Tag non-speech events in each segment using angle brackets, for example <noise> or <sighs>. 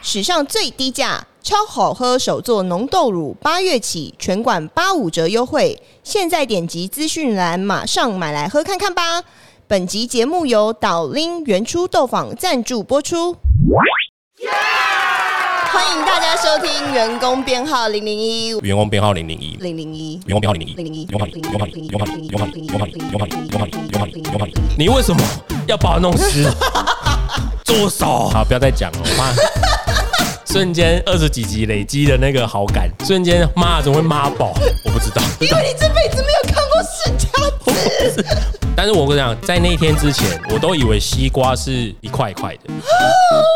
史上最低价，超好喝手做浓豆乳，八月起全馆八五折优惠，现在点击资讯栏，马上买来喝看看吧。本集节目由岛林原初豆坊赞助播出。欢迎大家收听员工编号零零一员工编号零零一，零零一员工编号零零一，零零一员工号零员工号零员工号零员工号零员工号零员工号零员工号零员工号零员工号零。你为什么要把我弄湿？住手！好，不要再讲了，妈，瞬间二十几集累积的那个好感，瞬间妈怎么会妈宝？我不知道。因为你这辈子没有看过世家子，但是我跟你讲，在那天之前，我都以为西瓜是一块一块的。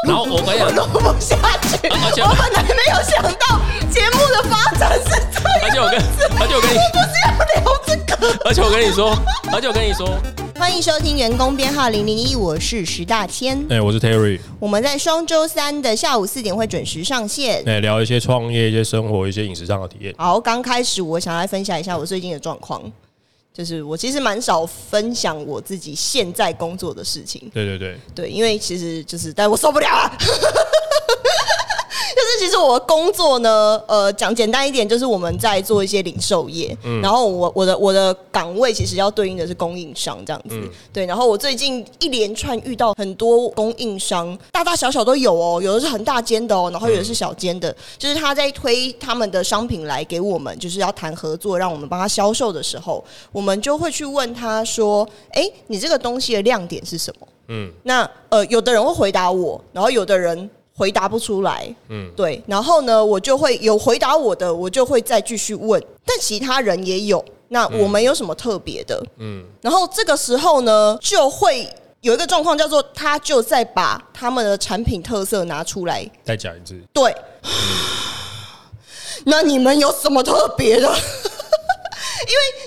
然后我跟你我讲，录不下去。而且我本来没有想到节目的发展是这而样，且我跟，而且我跟 <laughs> 你，不是要聊这个。而且我跟你说，而且我跟你说，欢迎收听员工编号零零一，我是石大千。哎，我是 Terry，我们在双周三的下午四点会准时上线。哎，聊一些创业、一些生活、一些饮食上的体验。好，刚开始我想来分享一下我最近的状况，就是我其实蛮少分享我自己现在工作的事情，对对对，对，因为其实就是，但我受不了了。 <laughs> 就是其实我的工作呢，呃，讲简单一点，就是我们在做一些零售业，然后我我的我的岗位其实要对应的是供应商这样子，对。然后我最近一连串遇到很多供应商，大大小小都有哦，有的是很大间的哦，然后有的是小间的，就是他在推他们的商品来给我们，就是要谈合作，让我们帮他销售的时候，我们就会去问他说：“哎，你这个东西的亮点是什么？”那呃，有的人会回答我，然后有的人回答不出来，嗯，对，然后呢，我就会有回答我的，我就会再继续问，但其他人也有，那我们有什么特别的？嗯，然后这个时候呢，就会有一个状况叫做，他就在把他们的产品特色拿出来，再讲一次，对， <sighs> 那你们有什么特别的？ <laughs>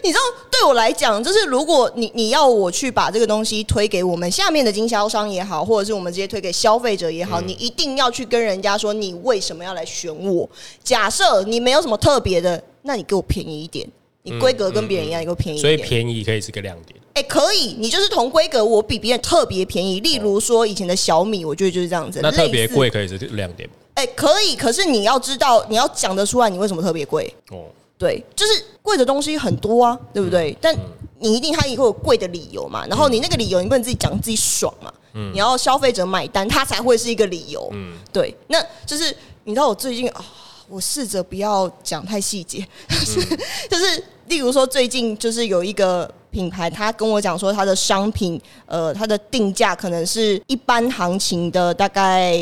你知道，对我来讲，就是如果你你要我去把这个东西推给我们下面的经销商也好，或者是我们直接推给消费者也好，嗯你一定要去跟人家说你为什么要来选我。假设你没有什么特别的，那你给我便宜一点，你规格跟别人一样，你给我便宜一嗯所以点。便宜可以是个亮点。哎、可以，你就是同规格，我比别人特别便宜。例如说以前的小米，我觉得就是这样子。那特别类似贵，可以是亮点哎、可以，可是你要知道，你要讲得出来，你为什么特别贵。哦。对，就是贵的东西很多啊，对不嗯对？但你一定它也会有贵的理由嘛，然后你那个理由你不能自己讲自己爽嘛，你要消费者买单，它才会是一个理由。嗯对，那就是你知道我最近啊、我试着不要讲太细节，嗯 <laughs> 就是例如说最近就是有一个品牌，他跟我讲说他的商品，呃，它的定价可能是一般行情的大概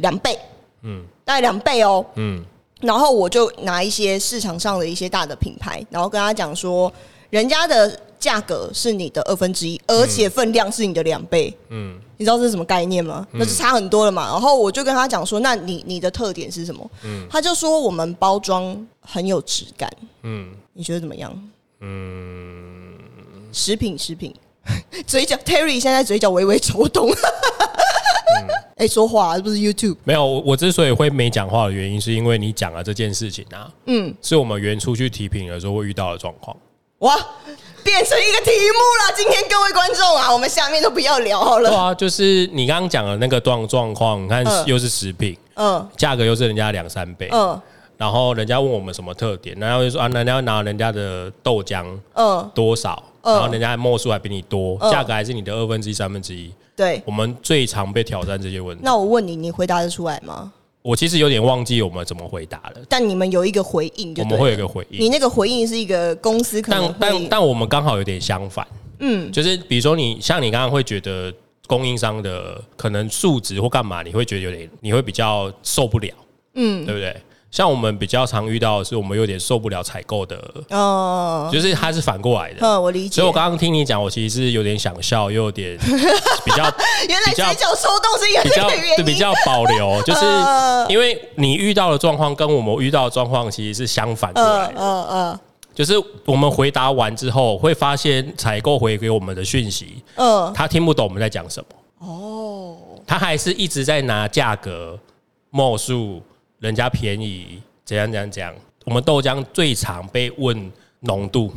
两倍，嗯大概两倍哦，嗯，然后我就拿一些市场上的一些大的品牌，然后跟他讲说，人家的价格是你的二分之一，而且分量是你的两倍。嗯嗯，你知道这是什么概念吗？那就差很多了嘛。然后我就跟他讲说，那你你的特点是什么？他就说我们包装很有质感。嗯嗯，你觉得怎么样？嗯，食品食品， <laughs> 嘴角 Terry 现在嘴角微微抽动。 <laughs> 哎、说话是不是 YouTube？没有，我我之所以会没讲话的原因，是因为你讲了这件事情啊，嗯，是我们原初去提品的时候会遇到的状况。哇，变成一个题目了！今天各位观众啊，我们下面都不要聊好对了。啊，就是你刚刚讲的那个状状况，你看嗯又是食品，嗯价格又是人家两三倍，嗯然后人家问我们什么特点，然后就说啊，人家要拿人家的豆浆嗯，多少，嗯然后人家墨数还比你多，嗯价格还是你的二分之一、三分之一。对。我们最常被挑战这些问题。那我问你，你回答得出来吗？我其实有点忘记我们怎么回答了，但你们有一个回应就我对了，们会有一个回你应，那个回应是一个公司可能但但会，但我们刚好有点相反，嗯就是比如说你像你刚刚会觉得供应商的可能数值或干嘛，你会觉得有点，你会比较受不了。嗯对不对？像我们比较常遇到的是，我们有点受不了采购的，哦，就是它是反过来的。嗯，我理解。所以我刚刚听你讲，我其实是有点想笑，又 <laughs> 有点比较原来比较嘴角抽动是因为比这较个原因，比较保留，就是呃因为你遇到的状况跟我们遇到的状况其实是相反过呃来的。呃呃就是我们回答完之后，会发现采购回给我们的讯息，呃，他听不懂我们在讲什么，哦，他还是一直在拿价格、墨数、人家便宜，怎啊样怎样怎样。我们豆浆最常被问浓度，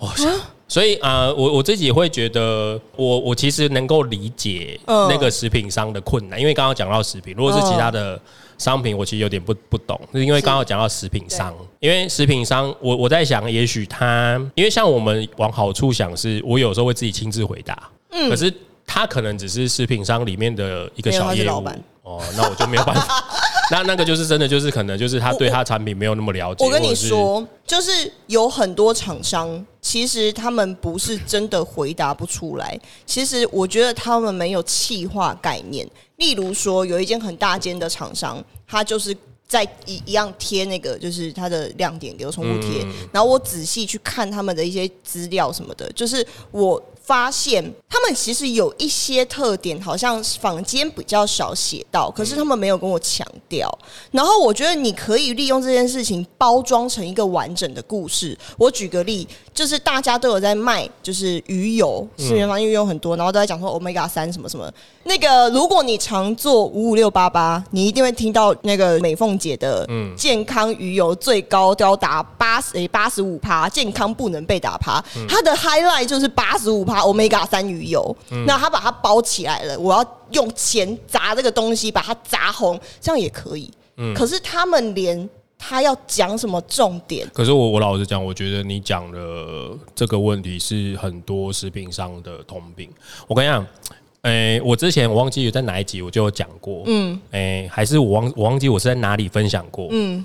哇、哦，所以啊、呃我我自己会觉得我，我其实能够理解嗯那个食品商的困难，因为刚刚讲到食品，如果是其他的商品，我其实有点不不懂，是因为刚刚讲到食品商，因为食品商，我我在想，也许他，因为像我们往好处想是，我有时候会自己亲自回答，可是他可能只是食品商里面的一个嗯没有小他是业老务板，哦，那我就没有办法。 <laughs> 那那个就是真的，就是可能就是他对他产品没有那么了解。我跟或你者是，说，就是有很多厂商，其实他们不是真的回答不出来。其实我觉得他们没有气化概念。例如说，有一间很大间的厂商，他就是在一一样贴那个，就是它的亮点给我重复贴。然后我仔细去看他们的一些资料什么的，就是我。发现他们其实有一些特点，好像坊间比较少写到，可是他们没有跟我强调。然后我觉得你可以利用这件事情包装成一个完整的故事。我举个例，就是大家都有在卖，就是鱼油，市面上因为有很多，然后都在讲说 omega 三什么什么。那个如果你常做五五六八八，你一定会听到那个美凤姐的健康鱼油最高高达八十诶八十五趴，健康不能被打趴。它的 highlight 就是八十五趴 omega 三鱼油，那它把它包起来了，我要用钱砸这个东西把它砸红，这样也可以。可是他们连他要讲什么重点，可是我我老实讲，我觉得你讲的这个问题是很多食品上的通病。我跟你讲，诶、我之前我忘记有在哪一集我就有讲过，嗯，诶、还是我忘我忘记我是在哪里分享过，嗯。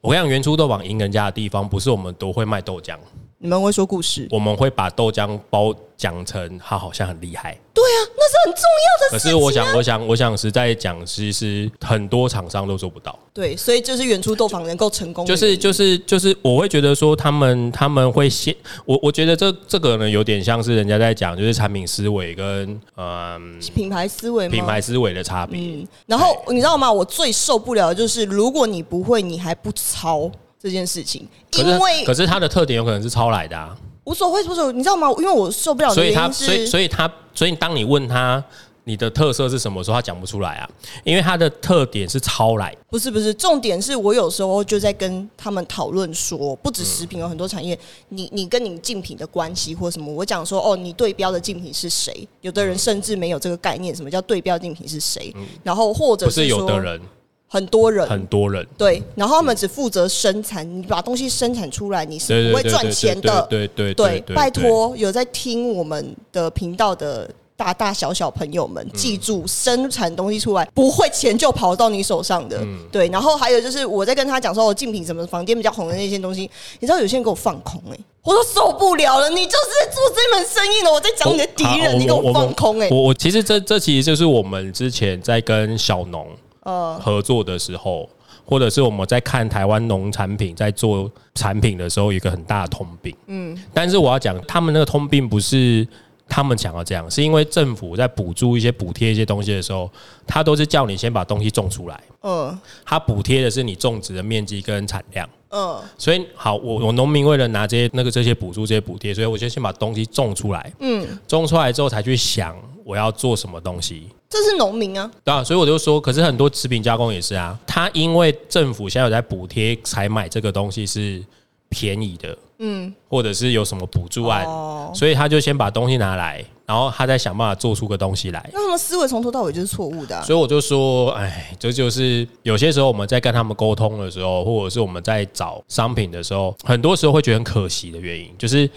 我跟你讲，原初豆坊赢人家的地方，不是我们都会卖豆浆，你们会说故事？我们会把豆浆包讲成它好像很厉害，对啊，那是很重要可的事情、是啊我想，我想，我想实在讲，其实很多厂商都做不到。对，所以就是远出斗房能够成功的就原因，是就是就是，我会觉得说他们他们会先，我我觉得这这个呢有点像是人家在讲，就是产品思维跟嗯品牌思维吗？品牌思维的差别。嗯，然后你知道吗？我最受不了的就是，如果你不会，你还不抄这件事情，可因是为可是它的特点有可能是抄来的啊，无所谓，无所谓，你知道吗？因为我受不了所的以原他因所以是，所以他所以当你问他你的特色是什么时候，他讲不出来啊，因为他的特点是抄来的。不是不是，重点是我有时候就在跟他们讨论说，不止食嗯品，有很多产业，你你跟你竞品的关系或什么，我讲说哦，你对标的竞品是谁？有的嗯人甚至没有这个概念，什么叫对标竞品是谁？然后或者不是有说的人，很多人很多人，对，然后他们只负责生产，你把东西生产出来，你对是对不会对赚对钱的。对对对，对，拜对。托有在听我们的频道的大大小小朋友嗯们，记住生产东西出来不会钱就跑到你手上的。嗯对，然后还有就是我在跟他讲说，我哦竞品什么房间比较红的那些东西，你知道有些人给我放空哎、欸我都受不了了，你就是在做这门生意的，我在讲你的敌好人，你给我放空哎、欸我我其实这这其实就是我们之前在跟小农呃，合作的时候，或者是我们在看台湾农产品在做产品的时候，有一个很大的通病。嗯，但是我要讲，他们那个通病不是他们想要这样，是因为政府在补助一些补贴一些东西的时候，他都是叫你先把东西种出来，嗯他补贴的是你种植的面积跟产量。嗯所以好，我我农民为了拿这些那个这些补助这些补贴，所以我就先把东西种出来，嗯，种出来之后才去想我要做什么东西。这是农民啊，对啊，所以我就说，可是很多食品加工也是啊，它因为政府现在有在补贴，才买这个东西是便宜的，嗯，或者是有什么补助案，哦所以他就先把东西拿来，然后他再想办法做出个东西来。那他们思维从头到尾就是错误的啊、所以我就说，哎，这就是有些时候我们在跟他们沟通的时候，或者是我们在找商品的时候，很多时候会觉得很可惜的原因，就是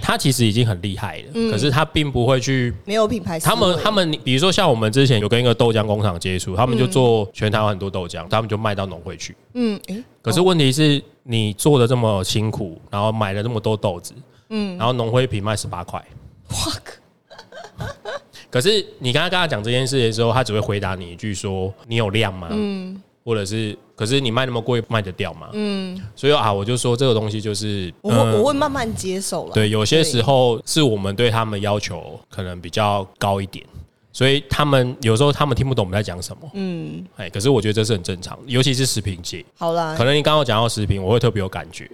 他其实已经很厉害了，可是他并不会去没有品牌思维，他们他们，比如说像我们之前有跟一个豆浆工厂接触，他们就做全台湾很多豆浆，他们就卖到农会去。嗯，诶可是问题是你做的这么辛苦，然后买了那么多豆子，嗯，然后农会一瓶卖十八块， <laughs> 可是你刚刚跟他讲这件事的时候，他只会回答你一句说：“你有量吗？”嗯，或者是“可是你卖那么贵，卖得掉吗？”嗯，所以啊，我就说这个东西就是呃我会、我会慢慢接受了。对，有些时候是我们对他们要求可能比较高一点，所以他们有时候他们听不懂我们在讲什么。嗯，哎，可是我觉得这是很正常，尤其是食品界，好啦可，能你刚刚有讲到食品，我会特别有感觉。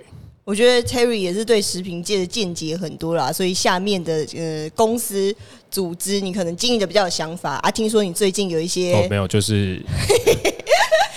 我觉得 Terry 也是对食品界的见解很多啦，所以下面的呃公司组织，你可能经营的比较有想法啊。听说你最近有一些，哦，哎、没有，就是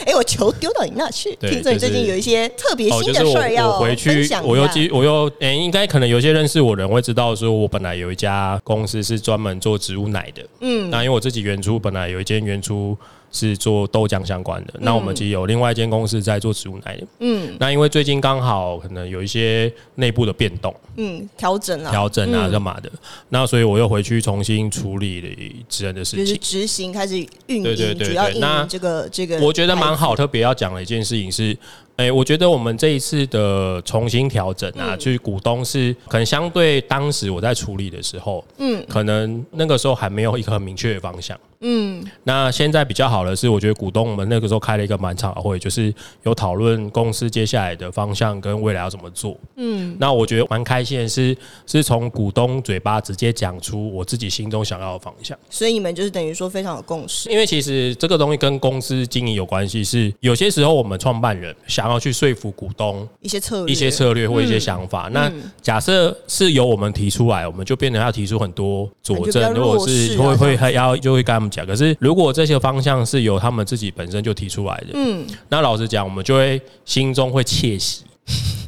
诶有球丢到你那去。对听说你最近有一些特别哦，新就的是事儿我要我回分去享，一我又下记，我又诶、应该可能有些认识我的人会知道，说我本来有一家公司是专门做植物奶的，嗯，那因为我自己原初本来有一间原初是做豆浆相关的，那我嗯们其实有另外一间公司在做植物奶的，嗯，那因为最近刚好可能有一些内部的变动，嗯调整啊，调整啊干嘛的，那所以我又回去重新处理了职人的就事是情。执行开始运对对营，对主要对运那营这个这个，我觉得蛮。好，特别要讲的一件事情是，诶、我觉得我们这一次的重新调整啊，就是股东是可能相对当时我在处理的时候，嗯，可能那个时候还没有一个很明确的方向，嗯，那现在比较好的是，我觉得股东我们那个时候开了一个蛮长的会，就是有讨论公司接下来的方向跟未来要怎么做，嗯，那我觉得蛮开心的是，是从股东嘴巴直接讲出我自己心中想要的方向。所以你们就是等于说非常有共识，因为其实这个东西跟公司经营有关系，是有些时候我们创办人想要去说服股东一些策略，一些策略或一嗯些想法。那假设是由我们提出来，我们就变成要提出很多佐感觉证，比较或弱者势啊是会会还要就会跟他们讲。可是如果这些方向是由他们自己本身就提出来的，嗯，那老实讲，我们就会心中会窃喜。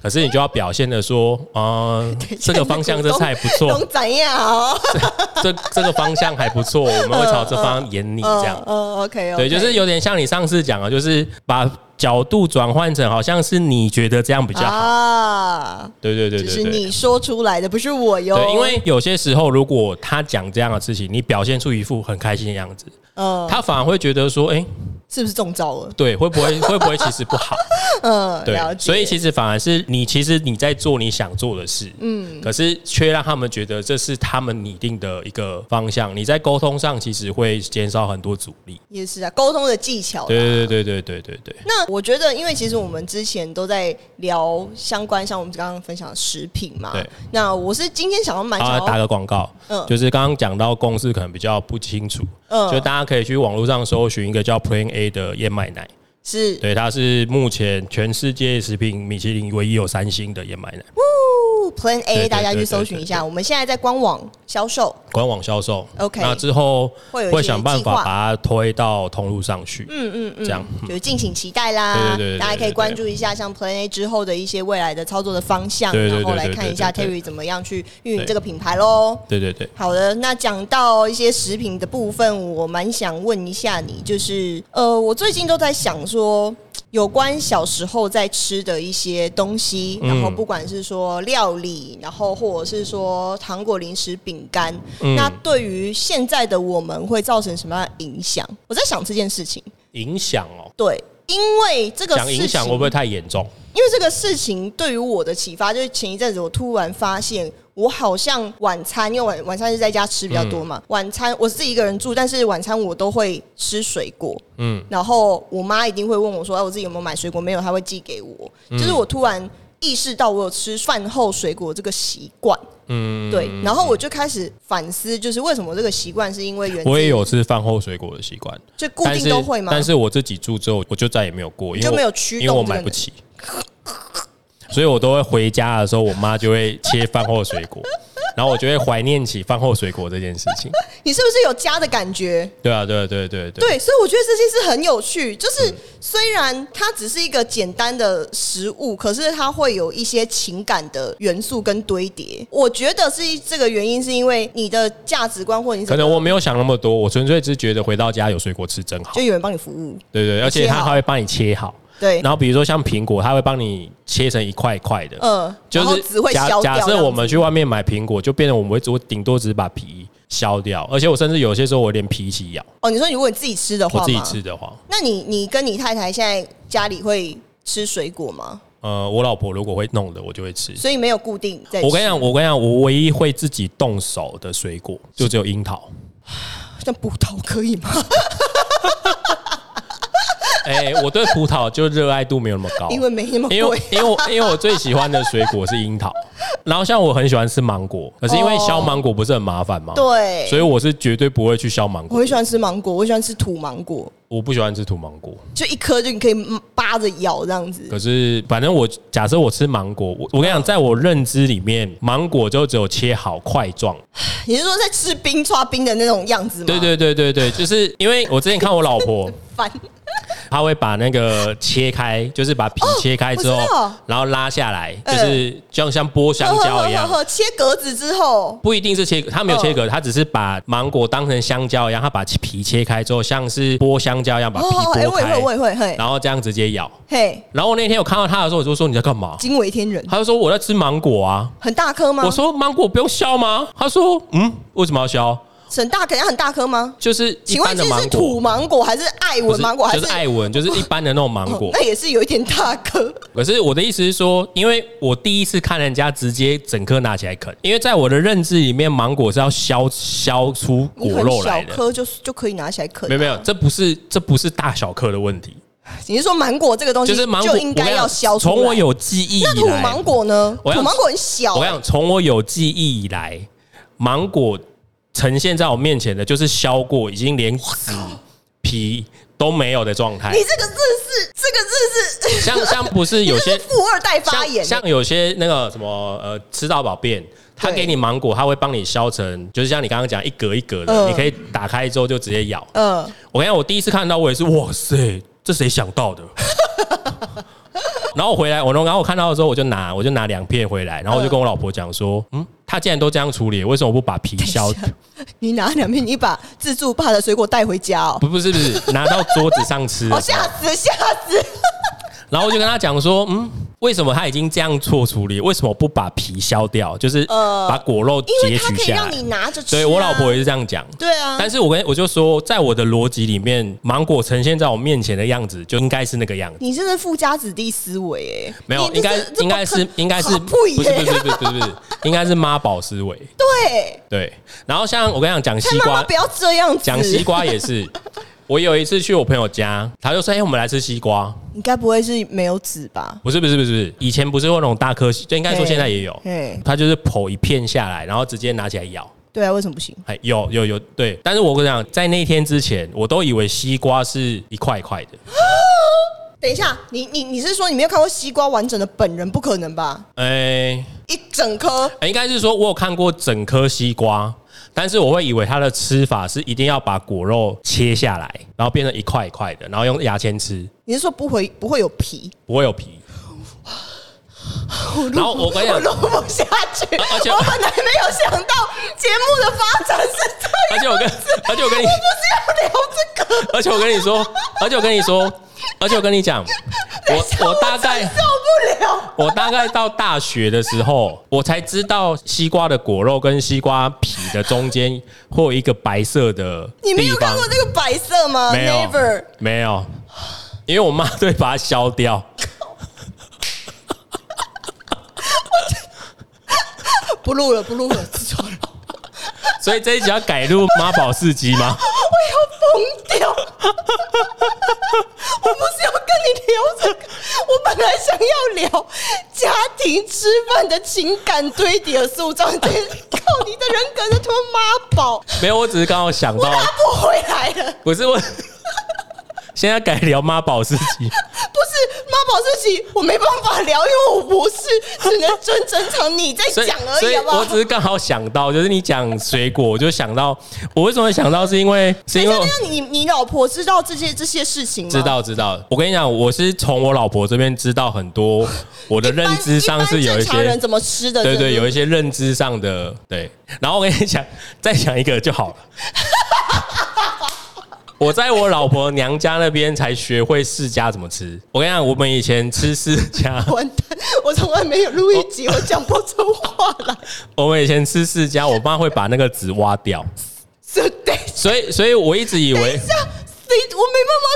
可是你就要表现的说，啊、 <laughs> 这个方向这菜不错，懂怎样哦？这这个方向还不错，我们会朝这方向演你这样。嗯，OK，对，就是有点像你上次讲的，就是把角度转换成好像是你觉得这样比较好。啊，对对对就对是对。你说出来的，不是我哟。对，因为有些时候，如果他讲这样的事情，你表现出一副很开心的样子，呃，他反而会觉得说，哎、是不是中招了？对，会不会 <laughs> 会不会其实 <laughs> 不好？嗯，对了，解。所以其实反而是你，其实你在做你想做的事，嗯，可是却让他们觉得这是他们拟定的一个方向，你在沟通上其实会减少很多阻力。也是啊，沟通的技巧啦。对对对对对对对，那我觉得，因为其实我们之前都在聊相关，像我们刚刚分享的食品嘛对。那我是今天想要蛮啊，想打要，个广告，嗯就是刚刚讲到公司可能比较不清楚，嗯就大家可以去网络上搜寻一个叫 Plain A 的燕麦奶，是对，它是目前全世界食品米其林唯一有三星的燕麦奶，不 Plan 对 A，对大家去对对搜寻对一对下。我们现在在官网销售，官网销售。 OK 那之后会有一些会想办计划法把它推到通路上去，嗯嗯嗯，这样。就是敬请期待啦。对对对对对大家可以关注一下像 Plan A 之后的一些未来的操作的方向，对对对然后来对对看一下对对 Terry 怎么样去运营对这个品牌喽。对对对，好的，那讲到一些食品的部分，我蛮想问一下你，就是呃，我最近都在想说，有关小时候在吃的一些东西，嗯然后不管是说料理，然后或者是说糖果、零食、饼干，嗯那对于现在的我们会造成什么样的影响？我在想这件事情，影响哦，对。因为这个讲事影响情会不会太严重？因为这个事情对于我的启发，就是前一阵子我突然发现，我好像晚餐，因为晚晚餐是在家吃比较多嗯嘛，晚餐我自己一个人住，但是晚餐我都会吃水果，嗯，然后我妈一定会问我说，哎、我自己有没有买水果？没有，她会寄给我。嗯就是我突然意识到我有吃饭后水果这个习惯，嗯，对，然后我就开始反思，就是为什么这个习惯是因为原我也有有吃饭后水果的习惯，就固但定是都会吗？但是我自己住之后，我就再也没有你过，因为就我没有驱动因为我这个买不起，所以我都会回家的时候，我妈就会切饭后水果， <laughs> 然后我就会怀念起饭后水果这件事情。你是不是有家的感觉？对啊，对啊对对对，嗯对，所以我觉得这件事很有趣，就是虽然它只是一个简单的食物，可是它会有一些情感的元素跟堆叠。我觉得是一这个原因，是因为你的价值观或者你可怎能么，我没有想那么多，我纯粹只是觉得回到家有水果吃真好。就有人帮你服务。对对，而且切它好还会帮你切好，对，然后比如说像苹果，它会帮你切成一块一块的。嗯，就然后是只会假消掉假这样设子我们去外面买苹果，就变成我们会只我顶多只是把皮削掉，而且我甚至有些时候我连皮一起咬。哦，你说如果你自己吃的话，我自己吃，的话，那你你跟你太太现在家里会吃水果吗？呃，我老婆如果会弄的，我就会吃。所以没有固定在吃。我跟你讲，我跟你讲，我唯一会自己动手的水果就只有樱桃。像葡萄可以吗？哎、我对葡萄就热爱度没有那么高， <laughs> 因为没那么因为贵。因为我因为我最喜欢的水果是樱桃，然后像我很喜欢吃芒果，可是因为削芒果不是很麻烦吗？对，所以我是绝对不会去削芒我果很，喜欢吃芒果，我喜欢吃土芒果。我不喜欢吃土芒果。就一颗就你可以扒着咬这样子。可是反正我假设我吃芒果，我我跟你讲，在我认知里面，芒果就只有切好块 <laughs> 状，你是说在吃冰抓冰的那种样子吗？对，对对对对，就是因为我之前看我老婆，烦。他会把那个切开，就是把皮切开之后哦我知道，然后拉下来，就嗯是就像像剥香蕉一样呵呵。哦呵呵 <laughs> 切格子之后，不一定是切，他没有切割，他只是把芒果当成香蕉一样，他把皮切开之后，像是剥香蕉一样把皮哦，剥我也会，我开，也会，嘿，然后这样直接咬。嘿，然后我那天有看到他的时候，我就说你在干嘛？惊为天人，他就说我在吃芒果啊。很大颗吗？我说芒果不用削吗？他说嗯，为什么要削？很大，肯定很大颗吗？就是一请问般这的芒是土果，芒果还是爱不文芒果，还就是艾文，就是一般的那种芒哦果。那也是有一点大颗，可是我的意思是说，因为我第一次看人家直接整颗拿起来啃，因为在我的认知里面，芒果是要削削出你 <laughs> 果很肉小来的。颗就就可以拿起来啃啊。没有没有，这不是这不是大小颗的问题，你是说芒果这个东西就是芒果应该要削我跟你讲出来从我有记忆以来，那土芒果呢？我土要芒果很小、欸我跟你讲，从我有记忆以来，芒果呈现在我面前的就是削过，已经连籽皮都没有的状态你。这个真的是，这个真 <laughs> 的是，像像不是有些你这是富二代发像言，像有些那个什么呃，吃到饱便，他对给你芒果，他会帮你削成，就是像你刚刚讲一格一格的，嗯你可以打开之后就直接咬。嗯，我跟你讲，我第一次看到，我也是哇塞，这谁想到的？ <laughs> 然后我回来，我然后我看到的时候，我就拿我就拿两片回来，然后我就跟我老婆讲说，嗯，他既然都这样处理，为什么不把皮削？哦你拿两片，你把自助霸的水果带回家哦，不不是不是，拿到桌子上吃哦，的时候。吓死吓死！然后我就跟他讲说，嗯，为什么他已经这样做处理，为什么不把皮削掉？就是呃把果肉因截为它取可以下让来你。拿着吃、啊，对我老婆也是这样讲。对啊，但是我跟我就说，在我的逻辑里面，芒果呈现在我面前的样子就应该是那个样子，你真的富家子弟思维哎、没有，你应这该是这应该不是可应该是好不不是耶不是不是不是不是，应该是妈宝思维。对，对，然后像我跟你讲，讲西看妈妈瓜不，要这样子，讲西瓜也是。我有一次去我朋友家，他就说：“哎，我们来吃西瓜。”你该不会是没有籽吧？不是不是不是不是，以前不是有那种大颗西，就应该说现在也有嘿嘿，它就是剖一片下来，然后直接拿起来咬。对啊，为什么不行？哎，有有有，对。但是我跟你讲，在那天之前，我都以为西瓜是一块一块的。等一下，你你你是说你没有看过西瓜完整的本人？不可能吧？哎、一整颗哎应该是说我有看过整颗西瓜，但是我会以为它的吃法是一定要把果肉切下来，然后变成一块一块的，然后用牙签吃，你是说不会不会有皮？不会有皮。然后我跟你讲我，录不下去，而而且我本来没有想到节目的发展是这样，而且我跟，而且我跟你，不是要聊这个，而且我跟你说，而且我跟你说，而且我跟你讲，我我大概。受不了。我大概到大学的时候，我才知道西瓜的果肉跟西瓜皮的中间会有一个白色的你没地有看方过，这个白色吗没有？Never，没有，因为我妈对把它削掉。不录了，不录了，知错 <laughs> 了，所以这一集要改录妈宝四集吗？ <laughs> 疯掉！我不是要跟你聊这个，我本来想要聊家庭吃饭的情感堆叠的塑造，这靠你的人格是他妈妈宝，没有，我只是刚好想到，拉不回来了。不是 <laughs> 我。现在改聊妈宝四集，不是妈宝事情，我没办法聊，因为我不是，只能尊正常你在所以讲而所已，以好不我好？只是刚好想到，就是你讲水果，我就想到，我为什么会想到，是因为是等一因为下，等一下，你你老婆知道这些这些事情吗？知。道知道，我跟你讲，我是从我老婆这边知道很多，我的认知上是有一正常人些，怎么吃的？对对，有一些些认知上的对。然后我跟你讲，再讲一个 <laughs> 就好了。我在我老婆娘家那边才学会释迦怎么吃。我跟你讲，我们以前吃释 <laughs> 迦，完蛋，我从来没有录一集，我讲不出话来。我们以前吃释迦，我妈会把那个籽挖掉，是等一所以所以我一直 <laughs> 以下，为，你我没办法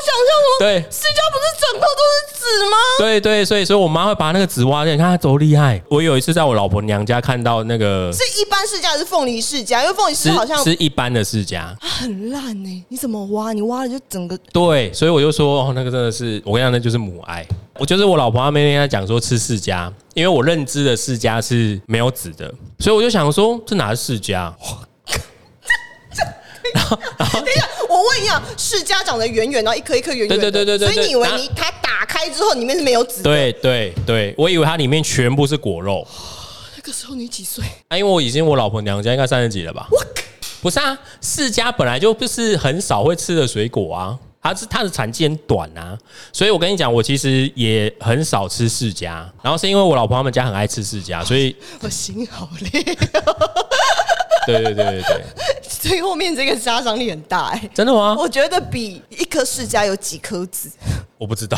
想象说，对释迦不是整个都是纸吗？对对，所以所以我妈会把那个籽挖掉。你看她多厉害！我有一次在我老婆娘家看到那个是一般释迦还是凤梨释迦？因为凤梨释吃迦好像吃一般的释迦，很烂呢、你怎么挖？你挖了就整个对，所以我就说，哦，那个真的是，我跟你讲，那就是母爱。我就是我老婆，她每天在讲说吃世家，因为我认知的世家是没有籽的，所以我就想说，这哪是世家？等一下，我问一下，释迦长得圆圆，然后一颗一颗圆圆的，对对对对对所以你以为对你它打开之后里面是没有籽？对对对，我以为它里面全部是果肉。那个时候你几岁？啊，因为我已经我老婆娘家应该三十几了吧？不是啊，世家本来就不是很少会吃的水果啊。它是它的产季很短啊，所以我跟你讲，我其实也很少吃释迦，然后是因为我老婆他们家很爱吃释迦，所以我心好 <laughs> 累，对对对对对，最后面这个杀伤力很大哎、真的吗？我觉得比一颗释迦有几颗籽，我不知道，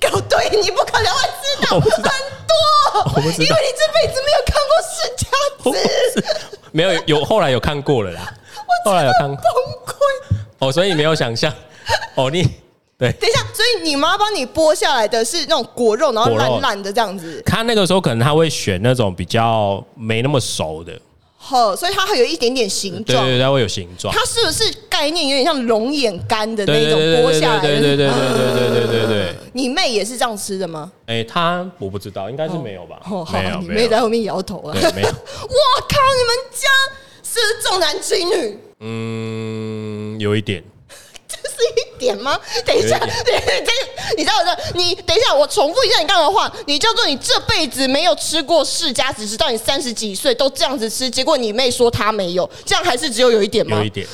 搞对你不可能会知道，我不知很道多，我不知道因为你这辈子没有看过释迦籽， <laughs> 没有有后来有看过了啦，后来有看过崩溃。哦，所以你没有想象哦，你对等一下，所以你妈帮你剥下来的是那种果肉，然后果肉烂烂的这样子，他那个时候可能他会选那种比较没那么熟的，呵，所以它还有一点点形对状对。对，它会有形状。它是不是概念有点像龙眼干的那对种剥下来的？对对对对对对对对对。你妹也是这样吃的吗？哎，他我不知道，应该是没有吧？哦，好没，有，你没妹在有。后面摇头啊！我靠，对，你 <laughs> 没有。们家是不是重男轻女？ <laughs> 嗯，有一点。这是一点吗？等一下，有 <laughs> 等一下，你知道我你等一下，我重复一下你刚刚的话，你叫做你这辈子没有吃过世家子，直到你三十几岁都这样子吃，结果你妹说她没有，这样还是只有有一点吗？有一点。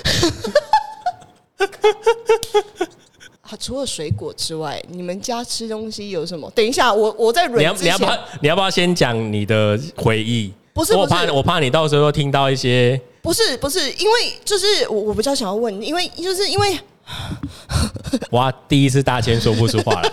啊，除了水果之外，你们家吃东西有什么？等一下，我我在你要忍之你要不前要，你要不要先讲你的回忆？不是我不是怕我怕你到时候听到一些不是不是，因为就是我我比较想要问，因为就是因为哇，第一次大千说不出话来。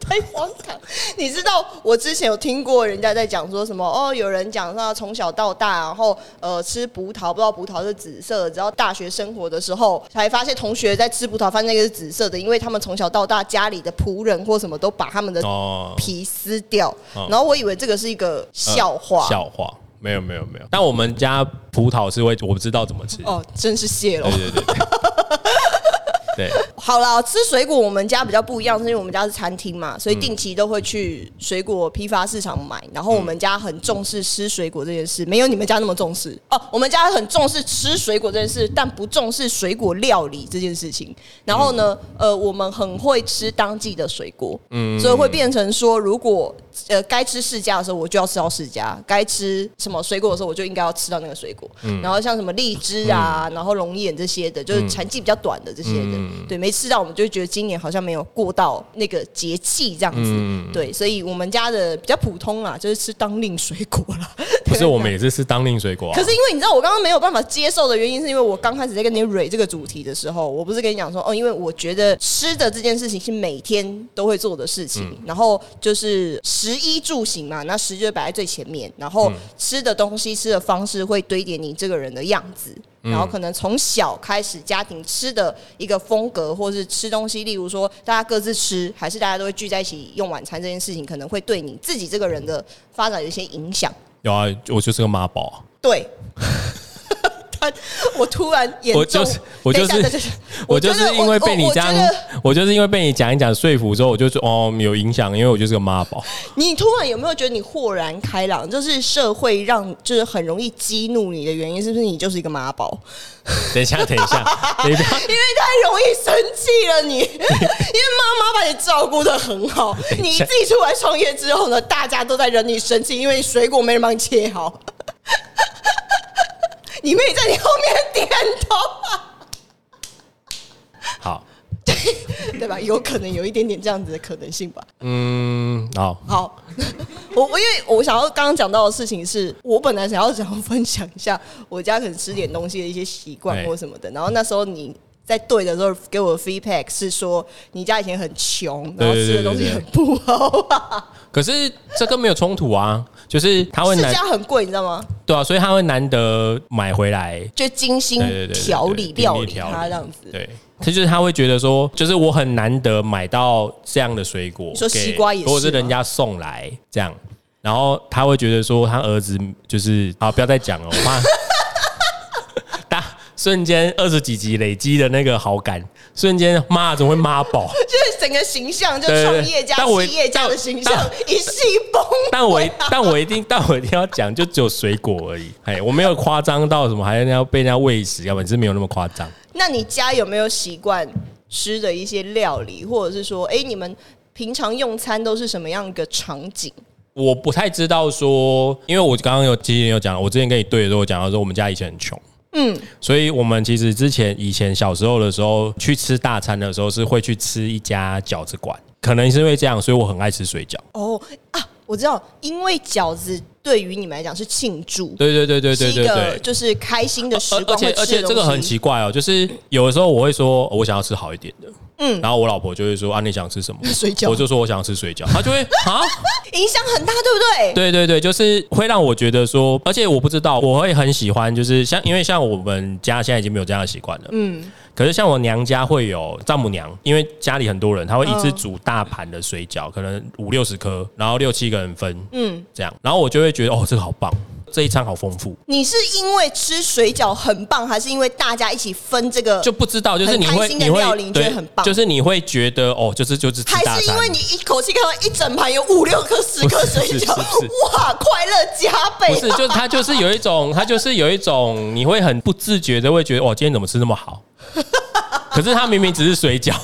太荒唐。你知道我之前有听过人家在讲说什么哦，有人讲说从小到大，然后呃吃葡萄，不知道葡萄是紫色的，直到大学生活的时候才发现同学在吃葡萄，发现那个是紫色的，因为他们从小到大家里的仆人或什么都把他们的哦皮撕掉，哦然后我以为这个是一个笑话。呃笑话，没有没有没有。但我们家葡萄是会，我不知道怎么吃。哦，真是谢了对。对对 <laughs> 对。对，好啦，吃水果我们家比较不一样，是因为我们家是餐厅嘛，所以定期都会去水果批发市场买。然后我们家很重视吃水果这件事，没有你们家那么重视哦。我们家很重视吃水果这件事，但不重视水果料理这件事情。然后呢，呃，我们很会吃当季的水果，嗯，所以会变成说，如果呃该吃释迦的时候，我就要吃到释迦；该吃什么水果的时候，我就应该要吃到那个水果。然后像什么荔枝啊，然后龙眼这些的，就是产季比较短的这些的，对，没吃到我们就会觉得今年好像没有过到那个节气这样子。对，所以我们家的比较普通啦，就是吃当令水果啦。不是我们也是吃当令水果、啊可。是因为你知道，我刚刚没有办法接受的原因，是因为我刚开始在跟你蕊这个主题的时候，我不是跟你讲说，哦，因为我觉得吃的这件事情是每天都会做的事情，然后就是食衣住行嘛，那食就摆在最前面，然后吃的东西、吃的方式会堆叠你这个人的样子。然后可能从小开始，家庭吃的一个风格，或是吃东西，例如说大家各自吃，还是大家都会聚在一起用晚餐这件事情，可能会对你自己这个人的发展有一些影响。有啊，我就是个妈宝啊、对， <laughs> 他我突然严重，我就是我就是等一下等一下 <laughs> 我觉就得是因为被你我这样我觉得，我就是因为被你讲一讲说服之后，我就说哦有影响，因为我就是个妈宝。 <laughs> 你突然有没有觉得你豁然开朗？就是社会让就是很容易激怒你的原因，是不是你就是一个妈宝？等一下，等一下， <laughs> 等一下，因为太容易生气了 <laughs> 你，因为妈妈把你照顾的很好，你自己出来创业之后呢，大家都在惹你生气，因为水果没人帮你切好。 <laughs> 你妹在你后面点头，啊好， <laughs> 对吧？有可能有一点点这样子的可能性吧。嗯，好，好， <laughs> 我我因为我想要刚刚讲到的事情是，我本来想要想要分享一下我家可能吃点东西的一些习惯哎或什么的，然后那时候你。在对的时候给我的 feedback 是说你家以前很穷，然后对对吃的对对东西对很不好 <laughs> 啊，可是这跟没有冲突啊，就是他会是难家很贵，你知道吗？对啊，所以他会难得买回来就精心对对对对对调理对料理调它这样子。 <laughs> 对，他就是他会觉得说，就是我很难得买到这样的水果，说给西瓜也是吗或者是人家送来这样，然后他会觉得说，他儿子就是好，不要再讲了，我 <laughs> 怕大瞬间二十几集累积的那个好感，瞬间妈怎么会妈宝？就是整个形象，就对对对创业家、但我企业家的但形象一系 <laughs> 崩溃。但我一但我一定但我一定要讲，就只有水果而已，哎，我没有夸张到什么，还要被人家喂食，要不然是没有那么夸张。那你家有没有习惯吃的一些料理，或者是说，哎、你们平常用餐都是什么样一个场景？我不太知道说，因为我刚刚有其实有讲，我之前跟你对的时候，我讲到说我们家以前很穷，嗯，所以我们其实之前以前小时候的时候去吃大餐的时候，是会去吃一家饺子馆，可能是因为这样，所以我很爱吃水饺。哦啊，我知道，因为饺子对于你们来讲是庆祝，对对对对对是一对个对。就是开心的时而而光，且会而吃且的这个东很西奇怪哦，就是有的时候我会说哦我想要吃好一点的，嗯，然后我老婆就会说啊你想吃什么？水饺我就说我想要吃水饺，她就会啊，影响很大，对不对？对对对，就是会让我觉得说，而且我不知道，我会很喜欢，就是像因为像我们家现在已经没有这样的习惯了，嗯。可是像我娘家会有丈母娘，因为家里很多人，她会一次嗯煮大盘的水饺，可能五六十颗，然后六七个人分，嗯，这样，然后我就会觉得哦，这个好棒，这一餐好丰富，你是因为吃水饺很棒，还是因为大家一起分这个？就不知道，就是很你开会心的你会料理你觉得很棒就是你会觉得哦，就是就是吃还大是因餐为。你一口气看到一整盘有五六颗、十颗不是水饺，不是不哇，快乐加倍、不是，就是它就是有一种，它就是有一种，你会很不自觉的会觉得，哦，今天怎么吃那么 <laughs> 好？可是它明明只是水饺，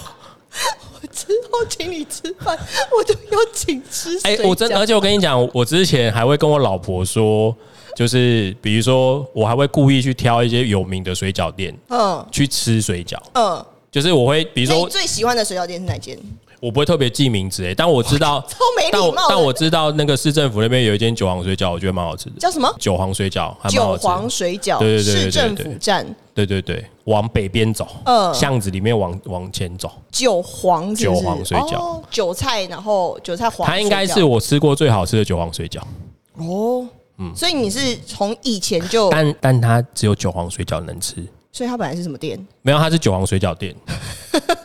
之后请你吃饭， <laughs> 我都要请吃水哎、饺。我真，而且我跟你讲，我之前还会跟我老婆说，就是比如说，我还会故意去挑一些有名的水饺店嗯去吃水饺，嗯，就是我会，比如那你说，最喜欢的水饺店是哪间？我不会特别记名字、哎，但我知道，超没礼但我貌的但我知道那个市政府那边有一间九皇水饺，我觉得蛮好吃的，叫什么？九皇水饺，还蛮好九吃的皇水饺，对对对对市政对府对站对对对，往北边走，嗯巷子里面往往前走，九皇是不是韭黄水饺哦韭菜，然后韭菜黄水饺，它应该是我吃过最好吃的韭黄水饺，哦，所以你是从以前就，嗯但但它只有韭黄水饺能吃，所以它本来是什么店？没有它是韭黄水饺 <laughs> 店，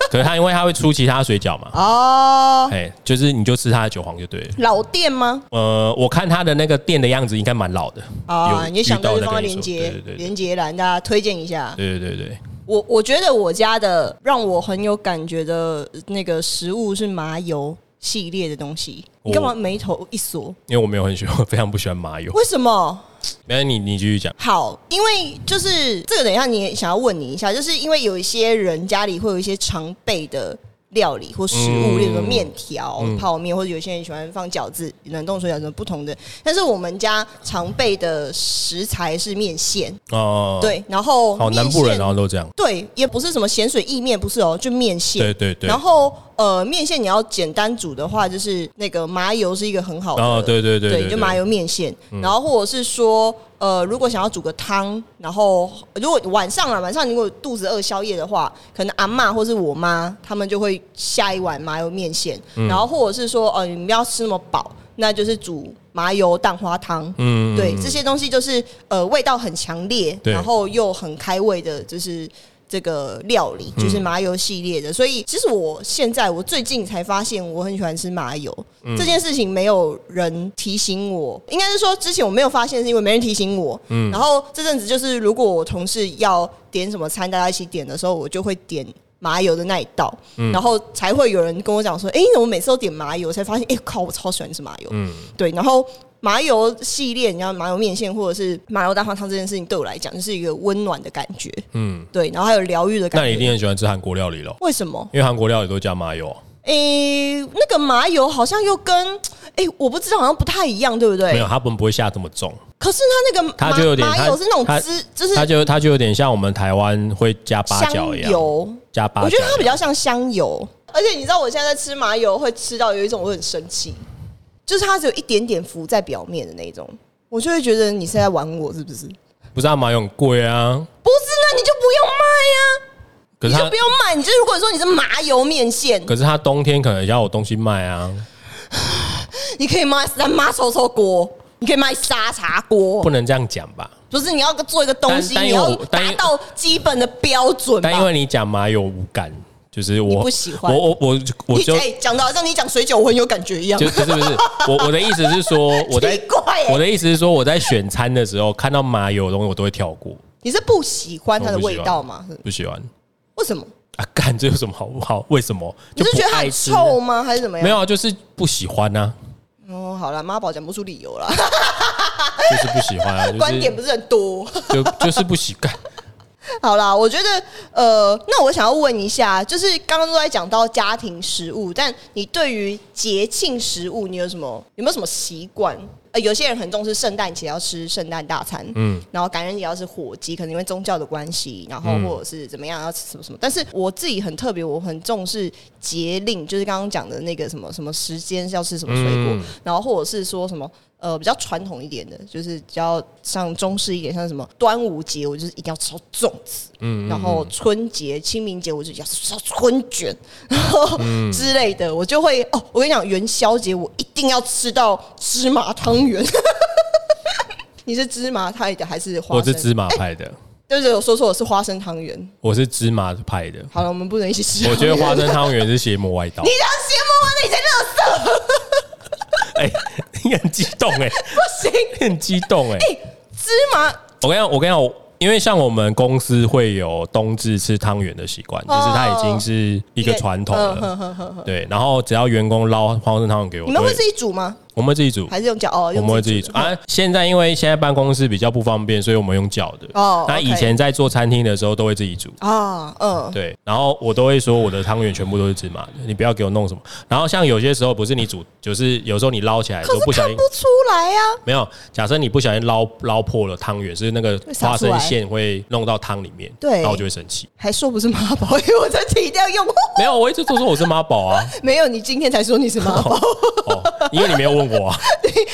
可是它因为它会出其他水饺嘛，哦，哎，就是你就吃它的韭黄就对了。老店吗？呃，我看它的那个店的样子应该蛮老的啊，有你就想遇到到就那放在个连接对对对连接栏，大家推荐一下。对对对对，我我觉得我家的让我很有感觉的那个食物是麻油系列的东西。你干嘛我眉头一锁？因为我没有很喜欢，非常不喜欢麻油。为什么？没有你你继续讲，好，因为就是这个，等一下你也想要问你一下，就是因为有一些人家里会有一些常备的料理或食物，嗯例如说面条、泡面，或者有些人喜欢放饺子、冷冻水饺什么不同的。但是我们家常备的食材是面线，哦、，对，然后好面南部人哦线然后都这样，对，也不是什么咸水意面，不是哦，就面线。对对对，然后呃，面线你要简单煮的话，就是那个麻油是一个很好的，哦对对对对嗯就麻油面线。然后或者是说，呃，如果想要煮个汤，然后如果晚上啊，晚上如果肚子饿宵夜的话，可能阿嬷或是我妈他们就会下一碗麻油面线。嗯然后或者是说，呃，你们要吃那么饱，那就是煮麻油蛋花汤。嗯对，这些东西就是呃味道很强烈，对然后又很开胃的，就是这个料理，嗯就是麻油系列的。所以其实我现在我最近才发现，我很喜欢吃麻油、嗯这件事情，没有人提醒我，应该是说之前我没有发现，是因为没人提醒我。嗯然后这阵子就是如果我同事要点什么餐，大家一起点的时候，我就会点。麻油的那一道，嗯然后才会有人跟我讲说：“哎、你怎么每次都点麻油？”才发现，哎、靠，我超喜欢吃麻油。嗯对，然后麻油系列，你知道麻油面线或者是麻油蛋花汤这件事情，对我来讲就是一个温暖的感觉，嗯，对，然后还有疗愈的感那觉。你一定很喜欢吃韩国料理咯，为什么？因为韩国料理都加麻油啊。诶、那个麻油好像又跟诶、我不知道，好像不太一样，对不没对有，？他们不会下这么重，可是它那个它麻就有点麻油是那种汁，就是它就它就有点像我们台湾会加八角香一样，油。加八角我一样。觉得它比较像香油，而且你知道我现在在吃麻油会吃到有一种我很生气，就是它只有一点点浮在表面的那一种，我就会觉得你是在玩我是不是？不是它麻油很贵啊，不是，那你就不用卖呀、可你是就它不用卖。你就如果说你是麻油面线，可是它冬天可能要有东西卖啊，你可以卖三妈臭臭锅，你可以卖沙茶锅不，能这样讲吧？不是你要做一个东西，但但你因为要我但因达到基本的标准吧。但因为你讲麻油无感，就是我你不喜欢我我我我你就哎，讲、的好像你讲水饺我很有感觉一样就。不是不是，我我的意思是说 <laughs> 我在奇怪欸我的意思是说我在选餐的时候看到麻油的东西我都会跳过，你是不喜欢它的我不味喜欢道吗？不喜欢为什么？啊，干这有什么好不好？为什么？你就是不觉得它爱很吃臭欸吗？还是怎么样？没有，啊，就是不喜欢啊，哦，好了，妈宝讲不出理由了，就是不喜欢啊，就是观点不是很多。就就是不洗干。 <laughs> 好啦，我觉得呃，那我想要问一下，就是刚刚都在讲到家庭食物，但你对于节庆食物，你有什么有没有什么习惯？哎、呃，有些人很重视圣诞节要吃圣诞大餐，嗯，然后感恩节要吃火鸡，可能因为宗教的关系，然后或者是怎么样要吃什么什么。但是我自己很特别，我很重视节令，就是刚刚讲的那个什么什么时间是要吃什么水果，然后或者是说什么。呃，比较传统一点的，就是比较像中式一点，像什么端午节，我就是一定要吃到粽子，嗯，然后春节、清明节，我就要吃到春卷，然后 <laughs> 之类的，我就会哦，我跟你讲，元宵节我一定要吃到芝麻汤圆。 <laughs> 你是芝麻派的还是花生？我是芝麻派的，对不对，我说错，我是花生汤圆。我是芝麻派的。好了，我们不能一起吃。我觉得花生圆汤圆是邪魔歪 <laughs> 道你。这样邪魔歪道，你在乐色 <laughs> 哎，你很激动哎，不行。你很激动哎。哎、芝麻我跟你讲，我跟你讲，因为像我们公司会有冬至吃汤圆的习惯，就是它已经是一个传统嗯哼了。哼哼哼对，然后只要员工捞花生汤圆给我，你们会都自己煮吗？我们会自己煮，还是用脚？哦，我用们会自己煮啊。现在因为现在办公室比较不方便，所以我们用叫的。哦那 OK 以前在做餐厅的时候都会自己煮。啊，嗯，对，然后我都会说我的汤圆全部都是芝麻的，你不要给我弄什么。然后像有些时候不是你煮，就是有时候你捞起来可都不是小看心不，出来啊呀、没有。假设你不小心捞捞破了汤圆，是那个洒花出来生馅会弄到汤里面，对然后我就会生气。还说不是妈宝，因为我这题一定要用。没有，我一直都说我是妈宝啊， <laughs> 没有，你今天才说你是妈 <laughs> 宝，哦，因为你没有问 <laughs> 我、啊，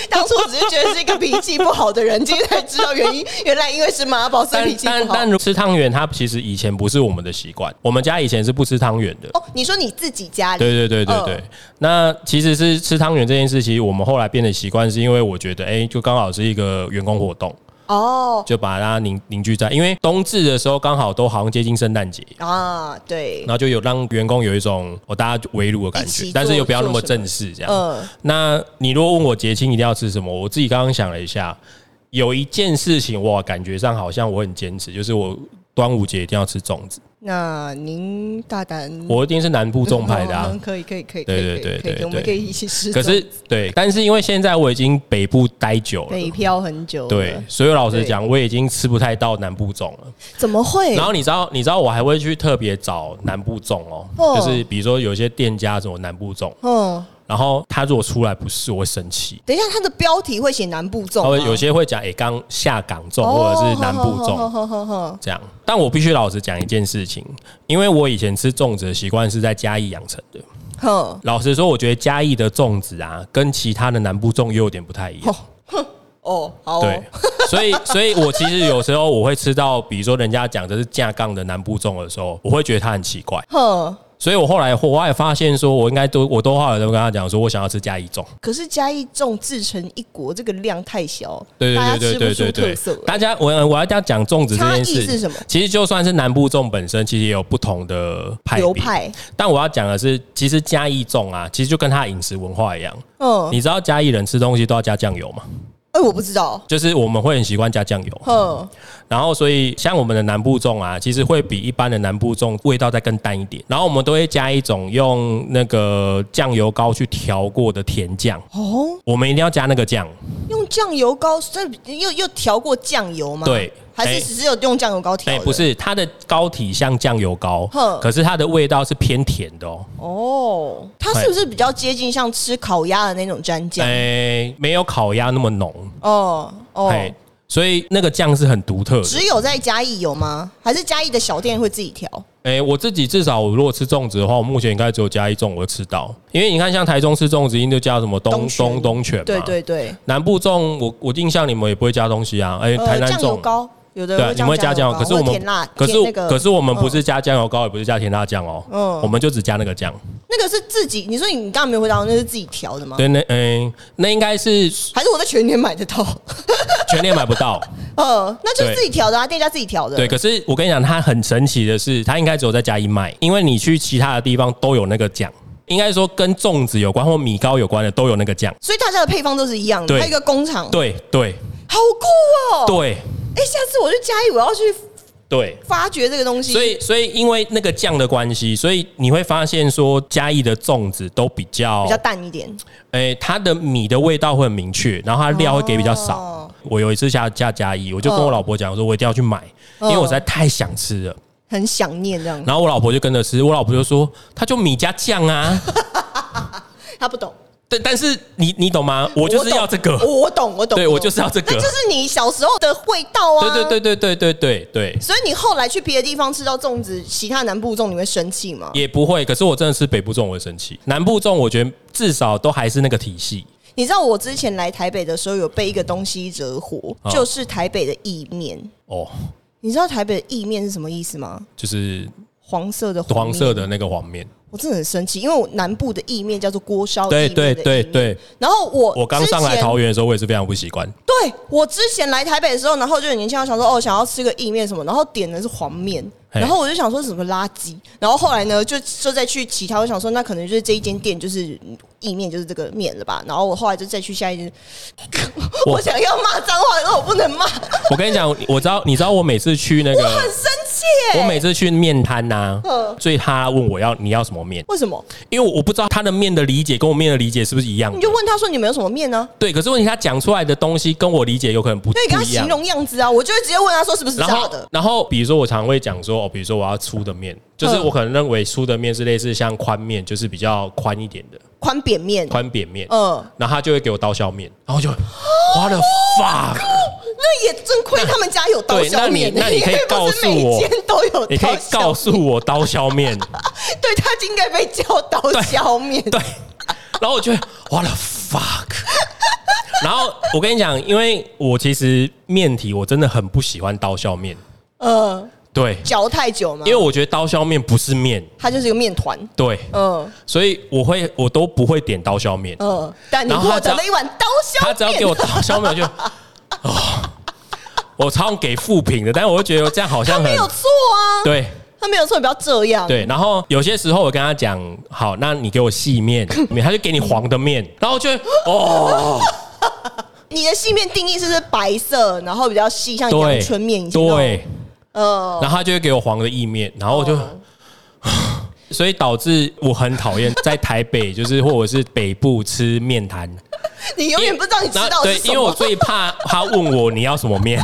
当初只是觉得是一个脾气不好的 <laughs> 人，今天才知道原因，原来因为是妈宝，所以但脾气但不好但。如吃汤圆，它其实以前不是我们的习惯，我们家以前是不吃汤圆的。哦，你说你自己家里，对对对对对，嗯那其实是吃汤圆这件事，其实我们后来变得习惯，是因为我觉得，哎、就刚好是一个员工活动，哦就把大家凝凝聚在，因为冬至的时候刚好都好像接近圣诞节，啊，对然，后就有让员工有一种哦大家围炉的感一起觉做，但是又不要那么正式这样。嗯那你如果问我节庆一定要吃什么，我自己刚刚想了一下，有一件事情我感觉上好像我很坚持，就是我端午节一定要吃粽子，那您大胆，我一定是南部粽派的啊。 <laughs> 嗯可以可以可以，对可以对对可以可以对我们可对以一起吃粽。可是对，但是因为现在我已经北部待久了北。漂很久了，对，所以老实讲，我已经吃不太到南部粽了。怎么会？然后你知道，你知道我还会去特别找南部粽哦，哦就是比如说有些店家什么南部粽，嗯，然后他如果出来不是，我会生气。等一下，它的标题会写南部粽吗，他会有些会讲诶，刚下港粽哦或者是南部好好粽好好好好这样，但我必须老实讲一件事情，因为我以前吃粽子的习惯是在嘉义养成的。哼老实说，我觉得嘉义的粽子啊，跟其他的南部粽又有点不太一样。哦，好哦对，所以所以我其实有时候我会吃到，比如说人家讲的是架杠的南部粽的时候，我会觉得它很奇怪。哼。所以我后来我也发现说，我应该都我都后来都跟他讲说，我想要吃嘉义粽。可是嘉义粽制成一国，这个量太小，对大家对吃对不对出对特对色对，。大家我我要这样讲粽子这件差事异是什么其实就算是南部粽本身，其实也有不同的派别流派但我要讲的是，其实嘉义粽啊，其实就跟它饮食文化一样。嗯，你知道嘉义人吃东西都要加酱油吗？哎，我不知道，就是我们会很习惯加酱油。哼，然后，所以像我们的南部粽啊，其实会比一般的南部粽味道再更淡一点。然后我们都会加一种用那个酱油膏去调过的甜酱，哦，我们一定要加那个酱。用酱油膏，这又又调过酱油吗？对还是哎只是有用酱油膏调哎、的？不是，它的膏体像酱油膏哼，可是它的味道是偏甜的哦。哦，它是不是比较接近像吃烤鸭的那种蘸哎、酱？没有烤鸭那么浓。哦哎、哦，所以那个酱是很独特的。只有在嘉义有吗？还是嘉义的小店会自己调？哎、我自己至少我如果吃粽子的话，我目前应该只有加一粽我会吃到，因为你看像台中吃粽子，一定就加什么东东泉东东泉嘛，对对对，南部粽，我我印象你们也不会加东西啊，哎、台呃，南酱油粽。膏有的对啊，人你们会会加酱油，膏可是我或们甜辣，可是甜那个可是我们不是加酱油膏，也不是加甜辣酱哦，嗯我们就只加那个酱。那个是自己，你说你刚刚没有回答我，那是自己调的吗？对，那嗯、那应该是还是我在全年买得到？ <laughs> 全年买不到。呃，那就是对自己调的啊，店家自己调的。对，可是我跟你讲，它很神奇的是，它应该只有在嘉义卖，因为你去其他的地方都有那个酱，应该说跟粽子有关或米糕有关的都有那个酱。所以大家的配方都是一样的，对还有一个工厂，对对好酷哦！对哎，下次我去嘉义，我要去对，发掘这个东西。所以所以因为那个酱的关系，所以你会发现说嘉义的粽子都比较比较淡一点，诶、哎它的米的味道会很明确，然后它料会给比较少。哦我有一次下下嘉义，我就跟我老婆讲说，我一定要去买，哦因为我实在太想吃了。很想念这样。然后我老婆就跟着吃，我老婆就说，她就米加酱啊，他不懂，对， <laughs> 但是你你懂吗？我就是要这个，我我懂，我懂，对我就是要这个那就是你小时候的味道啊。对对对对对对对对，所以你后来去别的地方吃到粽子，其他南部粽你会生气吗？也不会。可是我真的吃北部粽，我会生气。南部粽，我觉得至少都还是那个体系。你知道我之前来台北的时候有被一个东西惹火，啊就是台北的意面。哦，你知道台北的意面是什么意思吗？就是黄色的黄面色的那个黄面，我真的很生气，因为我南部的意面叫做锅烧意对面的对意面，对对。然后我我刚上之来前桃园的时候，我也是非常不习惯。对我之前来台北的时候，然后就很年轻，我想说哦，想要吃个意面什么，然后点的是黄面，嘿然后我就想说是什么垃圾，然后后来呢，就就再去其他，我想说那可能就是这一间店就是意面就是这个面了吧，然后我后来就再去下一间，我我想要骂脏话，但是我不能骂，我我跟你讲，我知道，你知道我每次去那个，很生气耶，我每次去面摊呐、嗯所以他问我要你要什么面，为什么？因为我不知道他的面的理解跟我面的理解是不是一样的你就问他说你们有什么面呢、对，可是问题他讲出来的东西跟我理解有可能不因为你跟不他一形样。容样子啊，我就会直接问他说是不是然炸后的，，然后比如说我常会讲说，哦，比如说我要粗的面，就是嗯我可能认为粗的面是类似像宽面，就是比较宽一点的宽扁面，宽扁面。嗯，然后他就会给我刀削面，然后就花了 <laughs> fuck，那也真亏他们家有刀对那削你面，那你可以因为不是告诉每我间都有，你可以告诉我刀削面， <laughs> 对他就应该被叫刀削面。对，然后我就花了 fuck，然后我跟你讲，因为我其实面体我真的很不喜欢刀削面，呃，对，嚼太久嘛，因为我觉得刀削面不是面，他就是一个面团。对，嗯所以我会我都不会点刀削面，嗯，但你然后他获只得要了一碗刀削他面，只要给我刀削面我就，哦，我超想给负评的，但是我就觉得这样 <laughs> 好他像没很有错啊，对。他没有错，你不要这样。对，然后有些时候我跟他讲，好，那你给我细面，他就给你黄的面，然后我就哦，你的细面定义是不是白色，然后比较细，像阳对，春面一样？，对，呃，然后他就会给我黄的意面，然后我就，哦 <sighs> 所以导致我很讨厌在台北，就是或者是北部吃面摊，你永远不知道你吃然到后的对是，什因为我么，最怕他问我你要什么 <laughs> 面，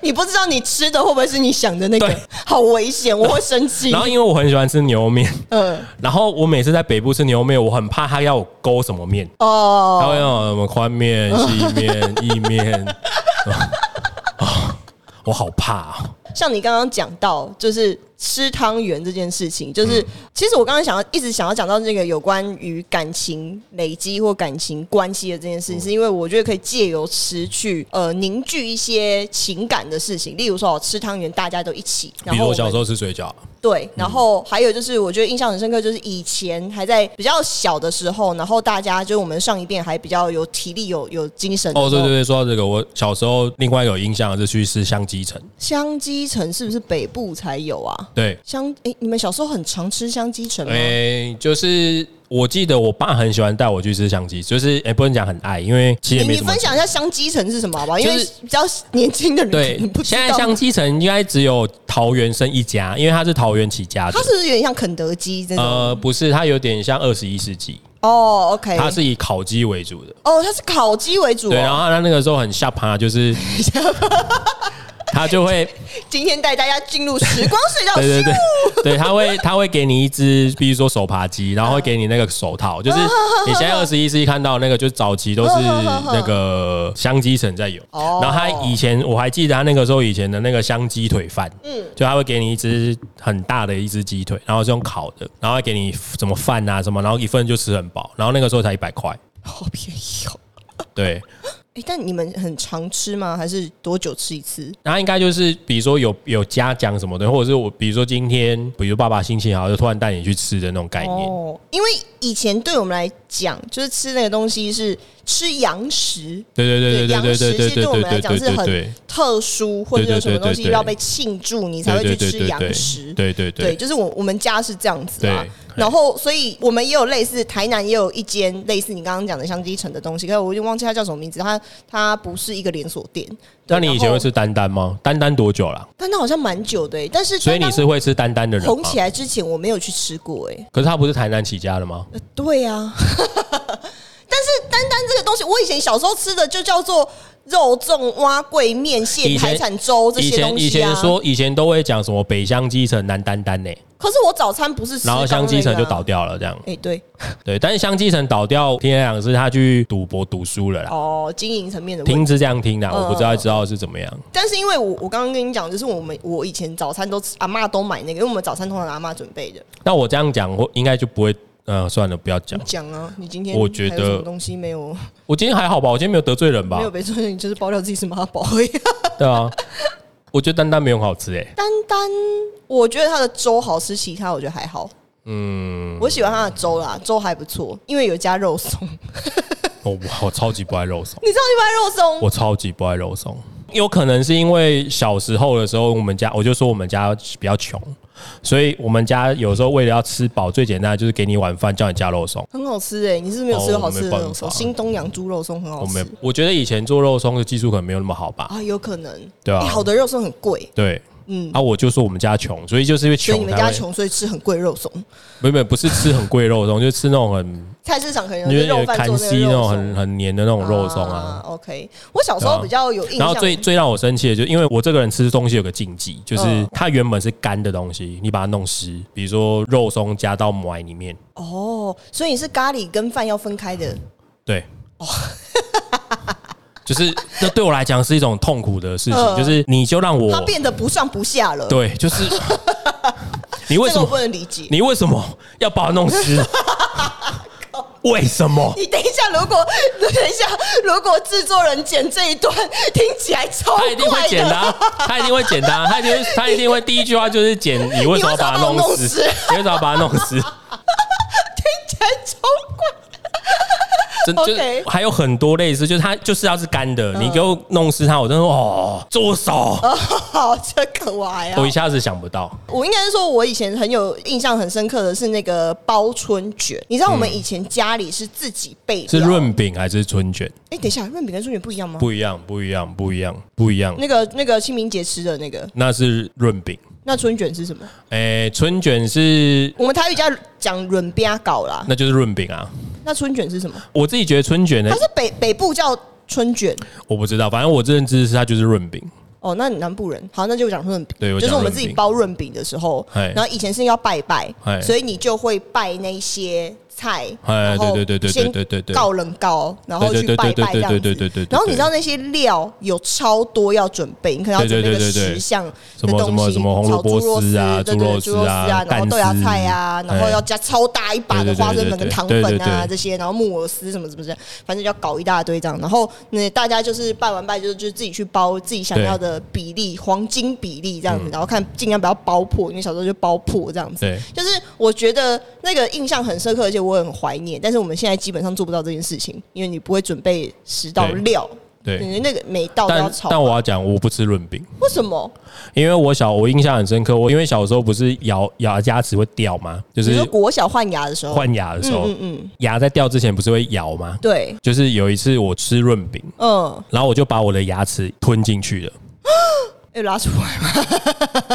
你不知道你吃的会不会是你想的那个对，好危险，我会生气然。后因为我很喜欢吃牛肉面，嗯，然后我每次在北部吃牛肉面，我很怕他要我勾什么面，哦，他会要什么宽面、细面、意面， <laughs> 啊啊我好怕哦。像你刚刚讲到，就是吃汤圆这件事情，就是、嗯其实我刚刚想要一直想要讲到这个有关于感情累积或感情关系的这件事嗯情，是因为我觉得可以借由吃去呃凝聚一些情感的事情，例如说哦吃汤圆大家都一起，然比后我如我们小时候吃水饺，对，然后还有就是，我觉得印象很深刻，就是以前还在比较小的时候，然后大家就是我们上一遍还比较有体力、有有精神的哦，时对候对，对，说到这个，我小时候另外有印象的是去吃香鸡城，香鸡城是不是北部才有啊？对，香哎、你们小时候很常吃香鸡城吗？诶、就是我记得我爸很喜欢带我去吃香鸡，就是诶、哎不能讲很爱，因为其实你也没你什么分。享一下香鸡城是什么好不好？因为就是比较年轻的人对可能不，知现道在香鸡城应该只有桃园生一家，因为它是桃园起家的它。是不是有点像肯德基这种？呃，不是，它有点像二十一世纪，哦，OK，它是以烤鸡为主的。哦，它是烤鸡为主、对，然哦。后它那个时候很下趴，就是 <laughs> 它就会今天带大家进入时光隧道，对对对，对，他会他会给你一只，比如说手扒鸡，然后会给你那个手套，就是你现在二十一世纪看到那个，就早期都是那个香鸡城在有，哦然后他以前我还记得他那个时候以前的那个香鸡腿饭，嗯，就他会给你一只很大的一只鸡腿，然后是用烤的，然后会给你什么饭啊什么，然后一份就吃很饱，然后那个时候才一百块，好便宜哦。对，哎、但你们很常吃吗？还是多久吃一次？然后应该就是，比如说有有嘉奖什么的，或者是我，比如说今天，比如爸爸心情好，就突然带你去吃的那种概念。哦，因为以前对我们来讲，就是吃那个东西是吃洋食，对对对对对对对对对对对对对对特殊或者有什么东西对对对对对要被庆祝，你才会去对对对吃对洋食。对对对，对，就是我我们家是这样子啊对。然后，所以我们也有类似台南也有一间类似你刚刚讲的香鸡城的东西，可是我已经忘记它叫什么名字。它它不是一个连锁店。对那你以前会？吃丹丹吗？丹丹多久了？但它好像蛮久的欸、但是所以你是会吃丹丹的刚人红吗？起来之前我没有去吃过哎、可是他不是台南起家的吗？呃 <laughs> 对啊，但是丹丹这个东西，我以前小时候吃的就叫做肉粽、蛙桂面、蟹以前排产粥这以些东前以西啊前。说以前都会讲什么北乡基层南丹丹呢、可是我早餐不是吃然后刚乡基那层个就啊倒。掉了这样。哎，对，对，但是乡基层倒掉，听来讲是他去赌博赌输了啦。哦，经营层面的问题。听是这样听的，嗯我不知道知道是怎么样。但是因为我我刚刚跟你讲，就是我们我以前早餐都吃阿嬷都买那个，因为我们早餐通常阿嬷准备的。那我这样讲，我应该就不会。嗯，算了，不要讲你。讲啊，你今天我觉得还有什么东西没有我今天还好吧，我今天没有得罪人吧没？有被说你就是爆料自己是妈宝而已。对啊，我觉得丹丹没有很好吃诶、丹丹，我觉得它的粥好吃，其他我觉得还好。嗯，我喜欢它的粥啦，粥还不错，因为有加肉松。你 <laughs> 我哦我超级不爱肉松，知道你买肉松，我超级不爱肉松。有可能是因为小时候的时候，我们家我就说我们家比较穷，所以我们家有时候为了要吃饱，最简单的就是给你一碗饭，叫你加肉松。很好吃哎、你是不是没有吃过好吃的哦我没肉松？办法新东阳猪肉松很好我吃们我觉得以前做肉松的技术可能没有那么好吧？啊，有可能。对啊欸好的肉松很贵，对，嗯，啊，我就说我们家穷，所以就是因为所以你穷们才家会，穷，所以吃很贵肉松。没有没有不是吃很贵肉松，就是吃那种很菜市场可能有因些为肉饭砍做那个西那肉种松，很很黏的那种肉松啊。 OK，我小时候对啊比较有印然后象，最最让我生气的，就是因为我这个人吃东西有个禁忌，就是嗯它原本是干的东西，你把它弄湿，比如说肉松加到馍里面，哦，所以你是咖喱跟饭要分开的。对，哦就是这对我来讲是一种痛苦的事情，嗯就是你就让它我变得不上不下了。，对，就是 <laughs> 你为这什个我么不能理解。你为什么要把它弄湿？为什么？你等一下，如果等一下，如果制作人剪这一段，听起来超他一定会怪剪的的。啊、他一定会剪的啊、他一定会他一定会第一句话就是剪，你为什么要把它弄你为湿什么要把它弄？你为什么要把它弄湿？听起来超怪。 <laughs> 真就是 OK 嗯还有很多类似，就是它就是要是干的，你给我弄湿它，我真的哦，做手，好，这个我还好我一。下子想不到。啊我应该是说，我以前很有印象很深刻的是那个包春卷。你知道我们以前家里是自己备嗯是料润饼还是春卷？哎，等一下，润饼跟春卷不一样吗？不一样，不一样，不一样，不一样。那个那个清明节吃的那个，那是润饼，那春卷是什么？哎，春卷是我们台语叫讲润边搞啦。那就是润饼啊。那春卷是什么？我自己觉得春卷呢它，是北北部叫春卷我不知道，反正我认知是它就是润饼。哦。那你南部人好，那就讲润饼。对我就讲是我们润自己饼包润饼的时候，嘿然后以前是要拜拜嘿，所以你就会拜那些菜，嘿然后对对对对先对对对告人高，然后对去对对拜拜对对这样对对对子对对。然后你知道那些料有超多要准备，你可能要对对准备个对对对十项什的么东西，什么什么红炒萝卜猪肉丝啊对猪对肉猪丝肉丝啊然后蛋豆芽丝菜啊，然后嘿要加超大一把的对对对花生对粉跟对糖对对粉对啊这些，然后木耳丝什么什么这样，反正就要搞一大堆这样。然后那大家就是拜完拜就是就是自己去包自己想对要的比例，黄金比例这样子，然后看尽量不要包破，因为小时候就包破这样子。嗯对，就是我觉得那个印象很深刻，而且我很怀念。但是我们现在基本上做不到这件事情，因为你不会准备十道对料，对你那个每道都要但炒啊但。我要讲，我不吃润饼，为什么？因为我小我印象很深刻，我因为小时候不是咬咬牙齿会掉吗？就你是说国小换牙的时候，换牙的时候嗯，嗯嗯，牙在掉之前不是会咬吗？对，就是有一次我吃润饼，嗯，然后我就把我的牙齿吞进去 <laughs> 了，又哎拉出来嘛，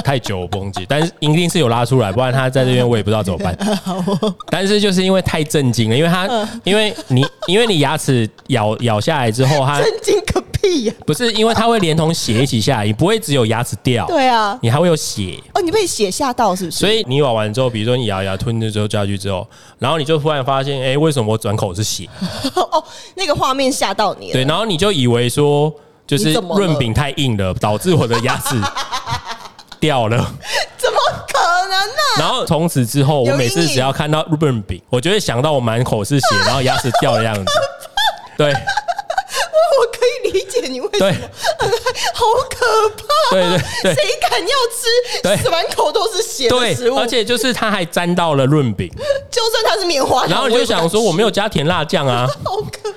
太久我不忘记，但是一定是有拉出来，不然他在这边我也不知道怎 <laughs> 么办。哦但是就是因为太震惊了，因为嗯他因为你因为你牙齿咬咬下来之后，它震惊个屁啊 <laughs> 呀、不是因为它会连同血一起下来，你不会只有牙齿掉，对啊，你还会有血。哦，你被血吓到是不是？所以你咬完之后，比如说你咬一咬吞进之后下去之后，然后你就突然发现，哎、为什么我转口是血？ <laughs> 哦，那个画面吓到你了。对，然后你就以为说，就是你怎么了润饼太硬了，导致我的牙齿掉 <laughs> 了。怎么可能呢、然后从此之后，有我每次阴影只要看到润饼，我就会想到我满口是血， <laughs> 然后牙齿掉的样子。对我可以理解你为什对么，好可怕、对对 <laughs> 对谁敢要对吃满口都是血的食对，物？而且就是它还沾到了 <laughs> 润饼，就算它是棉花糖，然后你我就也不敢想说吃我没有加甜辣酱啊，好可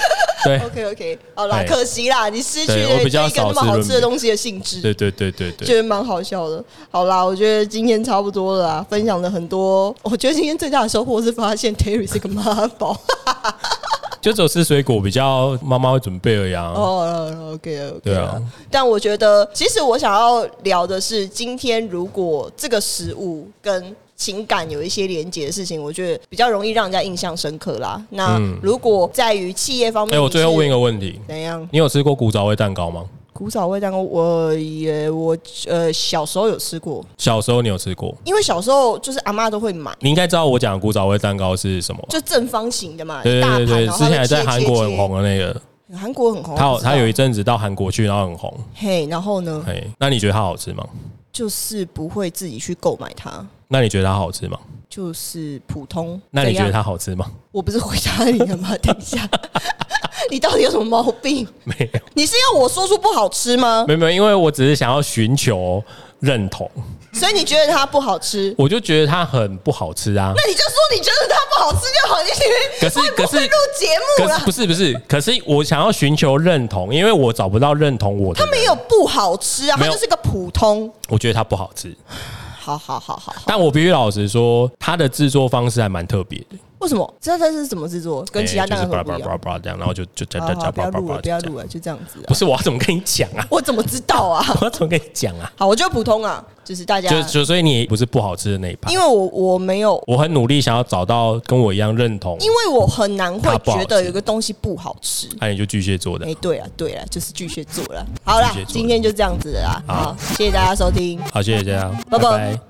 <laughs> 对 OK OK，好啦哎，可惜啦，你失去对了我这比一较个那么少吃好润吃的饼东西的性质。对对对对觉对，得蛮好笑的。好啦，我觉得今天差不多了啦，分享了很多。我觉得今天最大的收获是发现 Terry 是个妈宝。就只有吃水果比较妈妈会准备而已啊。哦，OK OK。对啊，但我觉得，其实我想要聊的是，今天如果这个食物跟情感有一些连结的事情，我觉得比较容易让人家印象深刻啦。那如果在于企业方面，哎，我最后问一个，个问题，怎样？你有吃过古早味蛋糕吗？古早味蛋糕，我也我呃小时候有吃过，小时候你有吃过？因为小时候就是阿妈都会买，你应该知道我讲的古早味蛋糕是什么吧？就正方形的嘛，对一大对盘，对对，然后之前还在它韩会切国切很红的那个，切韩国很红，他我有知道他有一阵子到韩国去，然后很红。嘿，然后呢，哎，那你觉得它好吃吗？就是不会自己去购买它，那你觉得它好吃吗？就是普通。那你怎觉样得它好吃吗？我不是回答你了 <laughs> 吗？等一下， <laughs> 你到底有什么毛病？没有，你是要我说出不好吃吗？没有，没有，因为我只是想要寻求认同，所以你觉得它不好吃？我就觉得它很不好吃啊。那你就说你觉得它不好吃就好，你可是会不可会是录节目可啦是不？是不是，可是我想要寻求认同，因为我找不到认同我的它人。没有不好吃啊，它没有就是个普通。我觉得它不好吃。好好好好好，但我必须老实说，它的制作方式还蛮特别的，为什么？这它是怎么制作？跟其他哎就蛋是糕巴很不一拉巴样拉巴拉。巴拉这样，然后就就加好加好好，加不巴要拉巴录拉了，这不要样。录了，就这样子啊。不是我要怎么跟你讲啊？我怎么知道 <laughs> 啊？我要怎么跟你讲啊？好，我觉得普通啊，就是大家，就就所以你也不是不好吃的那一派因，为我我没有我很努力想要找到跟我一样认同，因为我很难会它不好觉得吃有个东西不好吃。那、你就巨蟹座的哎、，对了，对了，就是巨蟹座了。好啦巨蟹，座今天就这样子了啦。好好，谢谢大家收听。好，谢谢大家，啊拜拜拜拜